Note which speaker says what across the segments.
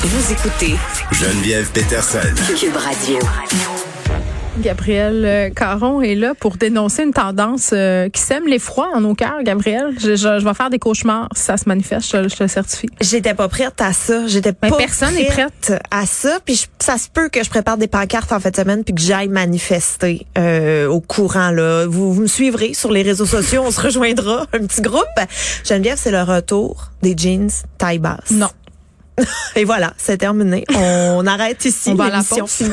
Speaker 1: Vous écoutez
Speaker 2: Geneviève Peterson.
Speaker 1: Cube Radio.
Speaker 3: Gabriel euh, Caron est là pour dénoncer une tendance euh, qui sème l'effroi en nos cœurs, Gabriel. Je, je- je vais faire des cauchemars si ça se manifeste, je, te- je te le certifie.
Speaker 4: J'étais pas prête à ça. J'étais
Speaker 3: Mais
Speaker 4: pas
Speaker 3: personne n'est
Speaker 4: à ça. Puis je- ça se peut que je prépare des pancartes en fin de semaine puis que j'aille manifester euh, au courant là. Vous, vous me suivrez sur les réseaux sociaux. On se rejoindra un petit groupe. Geneviève, c'est le retour des jeans taille basse.
Speaker 3: Non.
Speaker 4: Et voilà, c'est terminé. On arrête ici
Speaker 3: On va à la
Speaker 4: l'émission.
Speaker 3: pause.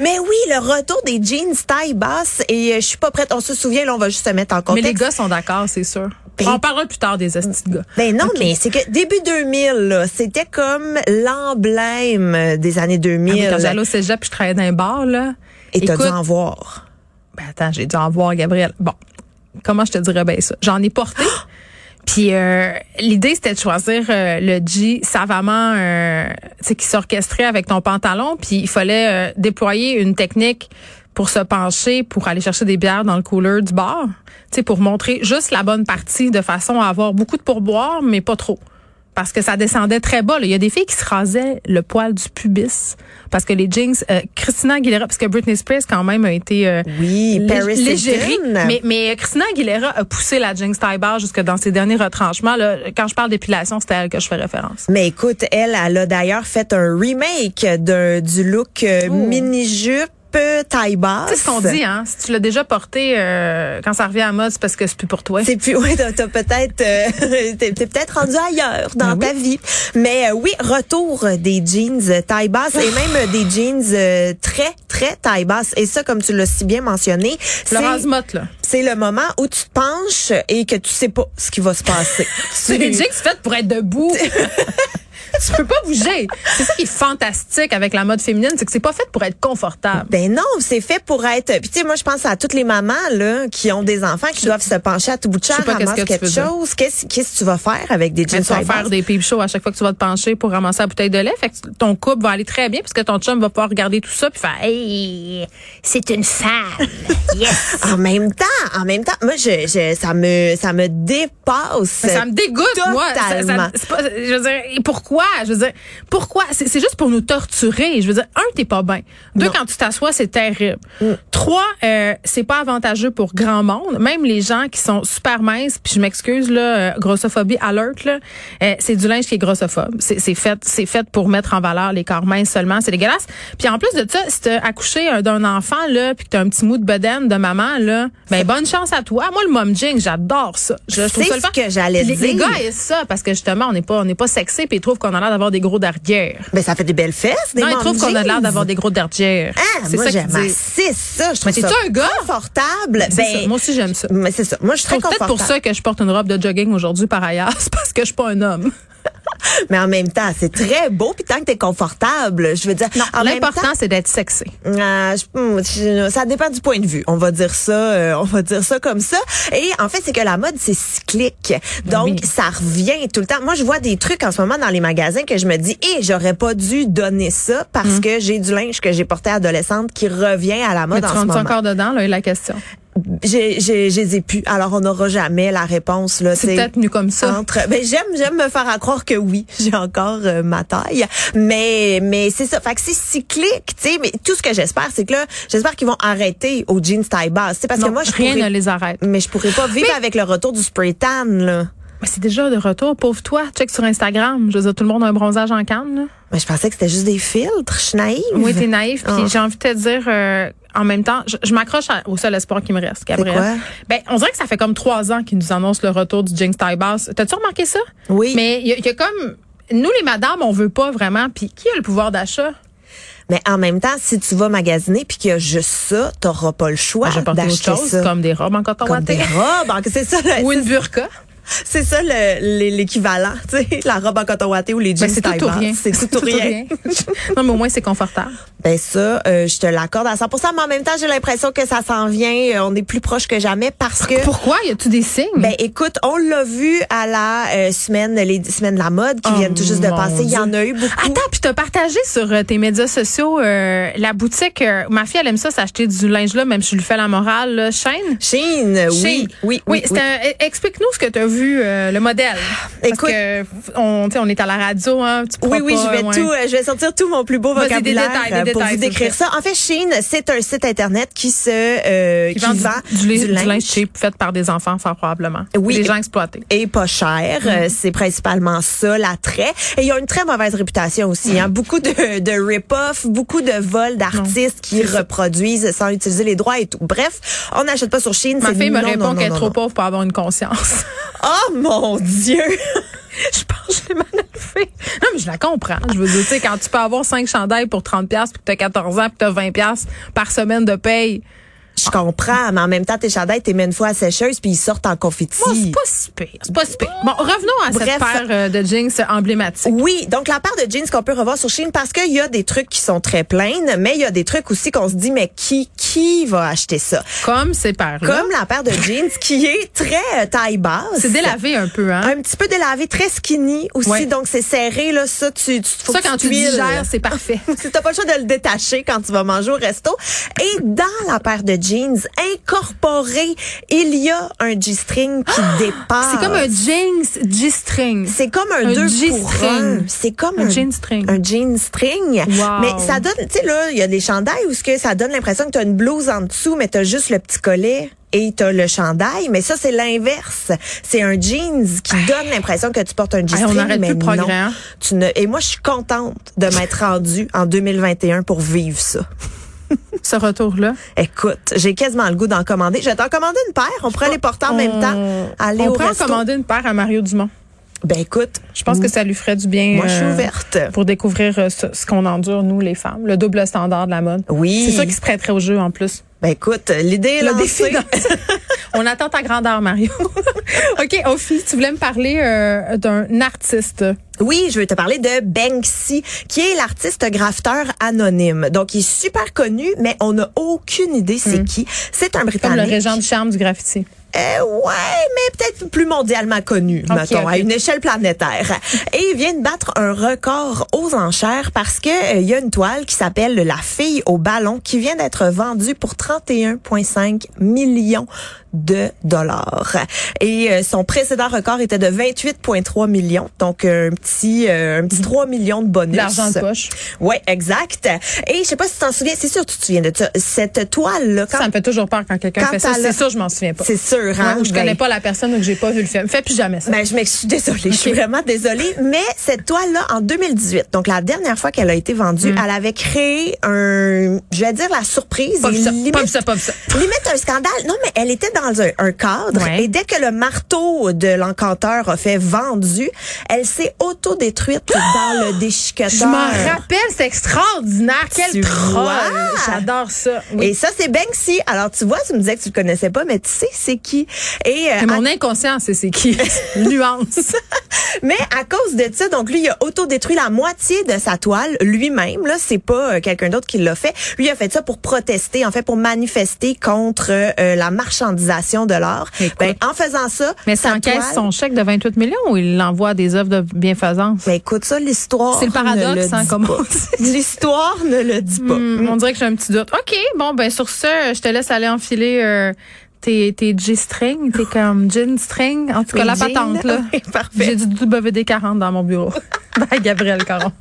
Speaker 4: Mais oui, le retour des jeans taille basse et euh, je suis pas prête. On se souvient, là, on va juste se mettre en
Speaker 3: Mais
Speaker 4: contexte.
Speaker 3: les gars sont d'accord, c'est sûr.
Speaker 4: Ben-
Speaker 3: On parlera plus tard des hosties de gars.
Speaker 4: Ben non, mais c'est que début 2000, là, c'était comme l'emblème des années 2000.
Speaker 3: Ah oui, Quand j'allais au cégep, puis je travaillais dans un bar, là.
Speaker 4: et t'as dû
Speaker 3: Écoute,
Speaker 4: en voir.
Speaker 3: ben attends, j'ai dû en voir, Gabriel. Bon, comment je te dirais bien ça? J'en ai porté. Puis euh, l'idée c'était de choisir euh, le G savamment, euh, tu sais, qui s'orchestrait avec ton pantalon. Puis il fallait euh, déployer une technique pour se pencher, pour aller chercher des bières dans le cooler du bar, tu sais, pour montrer juste la bonne partie de façon à avoir beaucoup de pourboire, mais pas trop. Parce que ça descendait très bas. là. Il y a des filles qui se rasaient le poil du pubis parce que les jeans, euh, Christina Aguilera, parce que Britney Spears quand même a été euh,
Speaker 4: Oui,
Speaker 3: lég-
Speaker 4: Paris
Speaker 3: légérée.
Speaker 4: Hilton.
Speaker 3: Mais, mais euh, Christina Aguilera a poussé la jeans tie bar jusque dans ses derniers retranchements. Là. Quand je parle d'épilation, c'était à elle que je fais référence.
Speaker 4: Mais écoute, elle, elle a d'ailleurs fait un remake d'un- du look euh, mini-jupe euh, taille basse.
Speaker 3: Oh. C'est ce qu'on dit, hein. Si tu l'as déjà porté, euh, quand ça revient à mode, c'est parce que c'est plus pour toi.
Speaker 4: C'est plus, ouais, t'as t'as peut-être, euh, t'es t'es peut-être rendu ailleurs dans
Speaker 3: Ben
Speaker 4: ta vie. Mais euh, oui, retour des jeans euh, taille basse et même euh, des jeans euh, très, très taille basse. Et ça, comme tu l'as si bien mentionné, c'est
Speaker 3: Florence Mott, là.
Speaker 4: c'est le moment où tu te penches et que tu sais pas ce qui va se passer.
Speaker 3: C'est des jeans faites pour être debout. tu peux pas bouger. C'est ça qui est fantastique avec la mode féminine, c'est que c'est pas fait pour être confortable.
Speaker 4: Ben non, c'est fait pour être. Puis tu sais, moi je pense à toutes les mamans là qui ont des enfants qui doivent se pencher à tout bout de champ,
Speaker 3: sais pas qu'est-ce
Speaker 4: ramasser
Speaker 3: que tu
Speaker 4: quelque
Speaker 3: veux dire.
Speaker 4: chose. Qu'est-ce qu'est-ce que tu vas faire avec des
Speaker 3: Mais
Speaker 4: jeans
Speaker 3: tu vas
Speaker 4: taille
Speaker 3: faire
Speaker 4: basse
Speaker 3: des peep shows à chaque fois que tu vas te pencher pour ramasser la bouteille de lait. Fait que ton couple va aller très bien parce que ton chum va pouvoir regarder tout ça puis faire Hey, c'est une femme. Yes.
Speaker 4: En même temps, en même temps, moi je, je ça me ça me dépasse.
Speaker 3: Mais Ben, ça me dégoûte, moi. Ça- ça-
Speaker 4: Totalement.
Speaker 3: c'est pas- je veux dire, et pourquoi? Je veux dire, pourquoi? C'est c'est juste pour nous torturer. Je veux dire, un, t'es pas bien. Deux, quand tu t'assois, c'est terrible. Trois, euh, c'est pas avantageux pour grand monde. Même les gens qui sont super minces, puis je m'excuse, là, euh, grossophobie alerte, là, euh, c'est du linge qui est grossophobe. C'est c'est fait, c'est fait pour mettre en valeur les corps minces seulement. C'est dégueulasse. Puis en plus de ça, si t'as accouché euh, d'un enfant, là, puis que t'as un petit mou de bedaine de maman, là, ben, bonne chance à toi. Moi, le mom jean, j'adore ça. Je- je trouve
Speaker 4: C'est
Speaker 3: ça le
Speaker 4: ce
Speaker 3: fun.
Speaker 4: que j'allais
Speaker 3: Les- Les
Speaker 4: dire.
Speaker 3: gars aiment ça parce que justement, on n'est pas, on n'est pas sexy puis ils trouvent qu'on a l'air d'avoir des gros derrière.
Speaker 4: Ben ça fait des belles fesses, des
Speaker 3: Non, ils
Speaker 4: mom
Speaker 3: trouvent qu'on a l'air
Speaker 4: jeans.
Speaker 3: d'avoir des gros derrière.
Speaker 4: Ah,
Speaker 3: c'est
Speaker 4: moi
Speaker 3: ça qu'ils
Speaker 4: j'aime
Speaker 3: disent.
Speaker 4: assez ça, je trouve
Speaker 3: t'es-tu
Speaker 4: ça
Speaker 3: un gars?
Speaker 4: confortable.
Speaker 3: C'est ça.
Speaker 4: Ben
Speaker 3: Moi aussi, j'aime ça.
Speaker 4: mais c'est ça. Moi je suis
Speaker 3: C'est
Speaker 4: très
Speaker 3: peut-être
Speaker 4: confortable.
Speaker 3: pour ça que je porte une robe de jogging aujourd'hui par ailleurs. C'est parce que je suis pas un homme.
Speaker 4: Mais en même temps, c'est très beau puis tant que t'es confortable, je veux dire. en même temps,
Speaker 3: L'important, c'est d'être sexy.
Speaker 4: Euh, je- hmm, je- ça dépend du point de vue. On va dire ça, euh, on va dire ça comme ça. Et en fait, c'est que la mode c'est cyclique. Donc
Speaker 3: Ben oui.
Speaker 4: ça revient tout le temps. Moi, je vois des trucs en ce moment dans les magasins que je me dis, eh, j'aurais pas dû donner ça parce que j'ai du linge que j'ai porté adolescente qui revient à la
Speaker 3: Hum. Mais
Speaker 4: mode
Speaker 3: tu
Speaker 4: en ce
Speaker 3: rentres
Speaker 4: moment.
Speaker 3: encore dedans, là, est la question.
Speaker 4: J'ai, j'ai, je les ai plus. Alors on n'aura jamais la réponse là.
Speaker 3: C'est peut-être venu comme ça.
Speaker 4: Entre, ben j'aime j'aime me faire à croire que oui, j'ai encore euh, ma taille, mais mais c'est ça, fait que c'est cyclique, tu sais, mais tout ce que j'espère c'est que là, j'espère qu'ils vont arrêter aux jeans taille basse, c'est parce
Speaker 3: Non,
Speaker 4: que moi je
Speaker 3: rien
Speaker 4: pourrais-
Speaker 3: ne les arrête.
Speaker 4: mais je pourrais pas vivre avec le retour du spray tan là.
Speaker 3: Mais c'est déjà de retour. Pauvre toi, check sur Instagram. Je veux dire, tout le monde a un bronzage en canne, là.
Speaker 4: Mais je pensais que c'était juste des filtres, je suis naïve.
Speaker 3: Oui, t'es naïf. Puis
Speaker 4: Ah.
Speaker 3: j'ai envie de te dire, euh, en même temps, je, je m'accroche à- au seul espoir qui me reste, Gabriel.
Speaker 4: quoi?
Speaker 3: Ben, on dirait que ça fait comme trois ans qu'ils nous annoncent le retour du Jinx Tie Bass. T'as-tu remarqué ça?
Speaker 4: Oui.
Speaker 3: Mais il y, a- il y a comme. Nous, les madames, on veut pas vraiment. Puis qui a le pouvoir d'achat?
Speaker 4: Mais en même temps, si tu vas magasiner puis qu'il y a juste ça, t'auras pas le choix
Speaker 3: J'ai porté autre
Speaker 4: d'acheter
Speaker 3: chose,
Speaker 4: ça.
Speaker 3: comme des robes en coton
Speaker 4: Comme des
Speaker 3: ouaté.
Speaker 4: robes, en- c'est ça, le-
Speaker 3: Ou une burqa.
Speaker 4: C'est ça le- le- l'équivalent, tu sais, la robe en coton ouaté ou les jeans
Speaker 3: Ben, c'est
Speaker 4: taille
Speaker 3: tout ou
Speaker 4: basse.
Speaker 3: rien.
Speaker 4: C'est tout, ou rien.
Speaker 3: non, mais au moins, c'est confortable.
Speaker 4: Ben ça, euh, je te l'accorde à 100%, mais en même temps, j'ai l'impression que ça s'en vient. Euh, On est plus proche que jamais parce que...
Speaker 3: Pourquoi? Y a-tu des signes?
Speaker 4: Ben écoute, on l'a vu à la euh, semaine, les semaines de la mode qui
Speaker 3: Oh,
Speaker 4: viennent tout juste de
Speaker 3: mon
Speaker 4: passer. Il y en a eu beaucoup.
Speaker 3: Attends, puis t'as partagé sur euh, tes médias sociaux euh, la boutique. euh, ma fille, elle aime ça s'acheter du linge là, même si je lui fais la morale, là, chaîne.
Speaker 4: Chine, Euh, oui,
Speaker 3: Shein.
Speaker 4: oui, oui.
Speaker 3: c'est un- e- Explique-nous ce que tu as vu euh, le modèle.
Speaker 4: Écoute.
Speaker 3: Parce que on, tu sais, on est à la radio, hein. Tu pourras
Speaker 4: Oui, oui,
Speaker 3: pas,
Speaker 4: je vais
Speaker 3: ouais.
Speaker 4: tout, euh, je vais sortir tout mon plus beau
Speaker 3: Vas-y, des
Speaker 4: vocabulaire
Speaker 3: détails, des
Speaker 4: euh,
Speaker 3: détails,
Speaker 4: pour vous
Speaker 3: s'il te
Speaker 4: décrire ça. En fait, Shein, c'est un site internet qui se euh,
Speaker 3: Qui vend du, du lin- du linge, cheap fait par des enfants, fort probablement.
Speaker 4: Oui.
Speaker 3: Des gens exploités.
Speaker 4: et pas cher.
Speaker 3: Mm.
Speaker 4: Euh, C'est principalement ça l'attrait. Et ils ont une très mauvaise réputation aussi. Hein. Beaucoup de, de rip-off, beaucoup de vols d'artistes qui reproduisent sans utiliser les droits et tout. Bref, on n'achète pas sur Chine.
Speaker 3: Ma
Speaker 4: c'est
Speaker 3: fille
Speaker 4: non,
Speaker 3: me
Speaker 4: non,
Speaker 3: répond
Speaker 4: non,
Speaker 3: qu'elle est
Speaker 4: non,
Speaker 3: trop
Speaker 4: non.
Speaker 3: pauvre pour avoir une conscience.
Speaker 4: Oh mon Dieu!
Speaker 3: je pense que je l'ai mal fait. Non, mais je la comprends. Je veux dire, tu sais, quand tu peux avoir 5 chandails pour 30$ puis que t'as 14 ans puis que t'as 20$ par semaine de paye,
Speaker 4: Je comprends, mais en même temps, tes chandails, t'es mis une fois à la sécheuse puis ils sortent en confetti.
Speaker 3: moi, c'est pas si pire. C'est pas si pire. Bon, revenons à cette
Speaker 4: Bref.
Speaker 3: paire euh, de jeans emblématique.
Speaker 4: Oui, donc la paire de jeans qu'on peut revoir sur Chine parce qu'il y a des trucs qui sont très plaines, mais il y a des trucs aussi qu'on se dit mais qui qui va acheter ça
Speaker 3: Comme ces paires-là.
Speaker 4: Comme la paire de jeans qui est très euh, taille basse.
Speaker 3: C'est délavé un peu, hein?
Speaker 4: Un petit peu délavé, très skinny aussi,
Speaker 3: Ouais.
Speaker 4: donc c'est serré là. Ça, tu, tu faut
Speaker 3: ça,
Speaker 4: que
Speaker 3: quand tu
Speaker 4: tuiles.
Speaker 3: digères, c'est parfait.
Speaker 4: Si t'as pas le choix de le détacher quand tu vas manger au resto. Et dans la paire de jeans incorporée, il y a un G-string qui dépasse.
Speaker 3: C'est comme un jeans G-string.
Speaker 4: Ah. C'est comme un,
Speaker 3: un
Speaker 4: deux pour
Speaker 3: G-string.
Speaker 4: un. C'est comme
Speaker 3: Un jean string.
Speaker 4: Un jean string.
Speaker 3: Wow.
Speaker 4: Mais ça donne, tu sais là, il y a des chandails où ce que ça donne l'impression que t'as une blouse en dessous, mais t'as juste le petit collet et t'as le chandail. Mais ça c'est l'inverse. C'est un jeans qui donne l'impression que tu portes un jean
Speaker 3: Ah. Hey, on
Speaker 4: string,
Speaker 3: arrête plus
Speaker 4: mais
Speaker 3: le progrès,
Speaker 4: non.
Speaker 3: hein?
Speaker 4: Tu ne. Et moi je suis contente de m'être rendue en 2021 pour vivre ça.
Speaker 3: Ce retour-là.
Speaker 4: Écoute, j'ai quasiment le goût d'en commander. Je vais t'en commander une paire. On pourrait les porter en même temps. Aller
Speaker 3: Oh, on
Speaker 4: au
Speaker 3: pourrait en
Speaker 4: resto.
Speaker 3: commander une paire à Mario Dumont.
Speaker 4: Ben écoute,
Speaker 3: Je pense que ça lui ferait du bien.
Speaker 4: moi je suis
Speaker 3: euh,
Speaker 4: ouverte.
Speaker 3: pour découvrir euh, ce, ce qu'on endure, nous, les femmes. Le double standard de la mode.
Speaker 4: Oui.
Speaker 3: C'est ça qui se prêterait au jeu, en plus.
Speaker 4: Ben écoute, l'idée est
Speaker 3: Le
Speaker 4: lancée.
Speaker 3: défi. dans- On attend ta grandeur, Mario. OK, Ophi, tu voulais me parler euh, d'un artiste.
Speaker 4: Oui, je veux te parler de Banksy, qui est l'artiste grafteur anonyme. Donc, il est super connu, mais on n'a aucune idée c'est qui. C'est un
Speaker 3: Hmm. Comme
Speaker 4: Britannique.
Speaker 3: le régent du charme du graffiti.
Speaker 4: Euh, ouais, mais peut-être plus mondialement connu,
Speaker 3: Ok,
Speaker 4: mettons,
Speaker 3: ok.
Speaker 4: à une échelle planétaire. Et il vient de battre un record aux enchères parce que euh, il y a une toile qui s'appelle La fille au ballon qui vient d'être vendue pour 31,5 millions de dollars. Et euh, son précédent record était de 28,3 millions, donc euh, un petit euh, un petit 3 millions de bonus.
Speaker 3: De l'argent Mhm. de poche.
Speaker 4: Ouais, exact. Et je sais pas si tu t'en souviens, c'est sûr que tu te souviens de ça. Cette toile là,
Speaker 3: Ça me fait toujours peur quand quelqu'un
Speaker 4: quand
Speaker 3: fait ça.
Speaker 4: elle a-
Speaker 3: C'est ça, je m'en souviens pas.
Speaker 4: c'est sûr, hein?
Speaker 3: Ouais, ou je
Speaker 4: Ben,
Speaker 3: connais pas la personne ou que j'ai pas vu le film. Fais plus jamais ça.
Speaker 4: Ben, je m'excuse, désolée, je suis
Speaker 3: Ok.
Speaker 4: vraiment désolée, mais cette toile-là, en 2018, donc la dernière fois qu'elle a été vendue,
Speaker 3: Mm.
Speaker 4: elle avait créé un, je vais dire la surprise,
Speaker 3: Pas
Speaker 4: et
Speaker 3: vu ça,
Speaker 4: limite,
Speaker 3: pas vu ça, pas vu ça.
Speaker 4: limite un scandale. Non, mais elle était dans un, un cadre,
Speaker 3: Ouais.
Speaker 4: et dès que le marteau de l'encanteur a fait vendu, elle s'est autodétruite dans le déchiqueteur.
Speaker 3: Je m'en rappelle, c'est extraordinaire.
Speaker 4: Tu
Speaker 3: Quel troll.
Speaker 4: vois?
Speaker 3: J'adore ça. Oui.
Speaker 4: Et ça, c'est Banksy. Alors, tu vois, tu me disais que tu le connaissais pas, mais tu sais c'est qui. Et euh,
Speaker 3: C'est mon inconscient, c'est c'est qui? Nuance.
Speaker 4: Mais à cause de ça, donc lui, il a autodétruit la moitié de sa toile lui-même. Là, c'est pas euh, quelqu'un d'autre qui l'a fait. Lui, il a fait ça pour protester, en fait, pour manifester contre euh, la marchandisation de l'art.
Speaker 3: Écoute.
Speaker 4: Ben, en faisant ça,
Speaker 3: Mais
Speaker 4: sa
Speaker 3: ça encaisse
Speaker 4: toile-
Speaker 3: son chèque de 28 millions ou il l'envoie à des œuvres de bienfaisance?
Speaker 4: Ben, écoute ça, l'histoire.
Speaker 3: C'est le paradoxe,
Speaker 4: ne
Speaker 3: hein,
Speaker 4: dit
Speaker 3: comme on
Speaker 4: pas. L'histoire ne le dit pas.
Speaker 3: Hmm, on dirait que j'ai un petit doute. OK, bon, ben sur ce, je te laisse aller enfiler euh, tes, tes G-string, tes comme jean-string. En tout cas,
Speaker 4: Mes
Speaker 3: la
Speaker 4: jeans.
Speaker 3: patente, là.
Speaker 4: Oui, parfait.
Speaker 3: J'ai du WD-40 dans mon bureau. Bye, Gabriel Caron.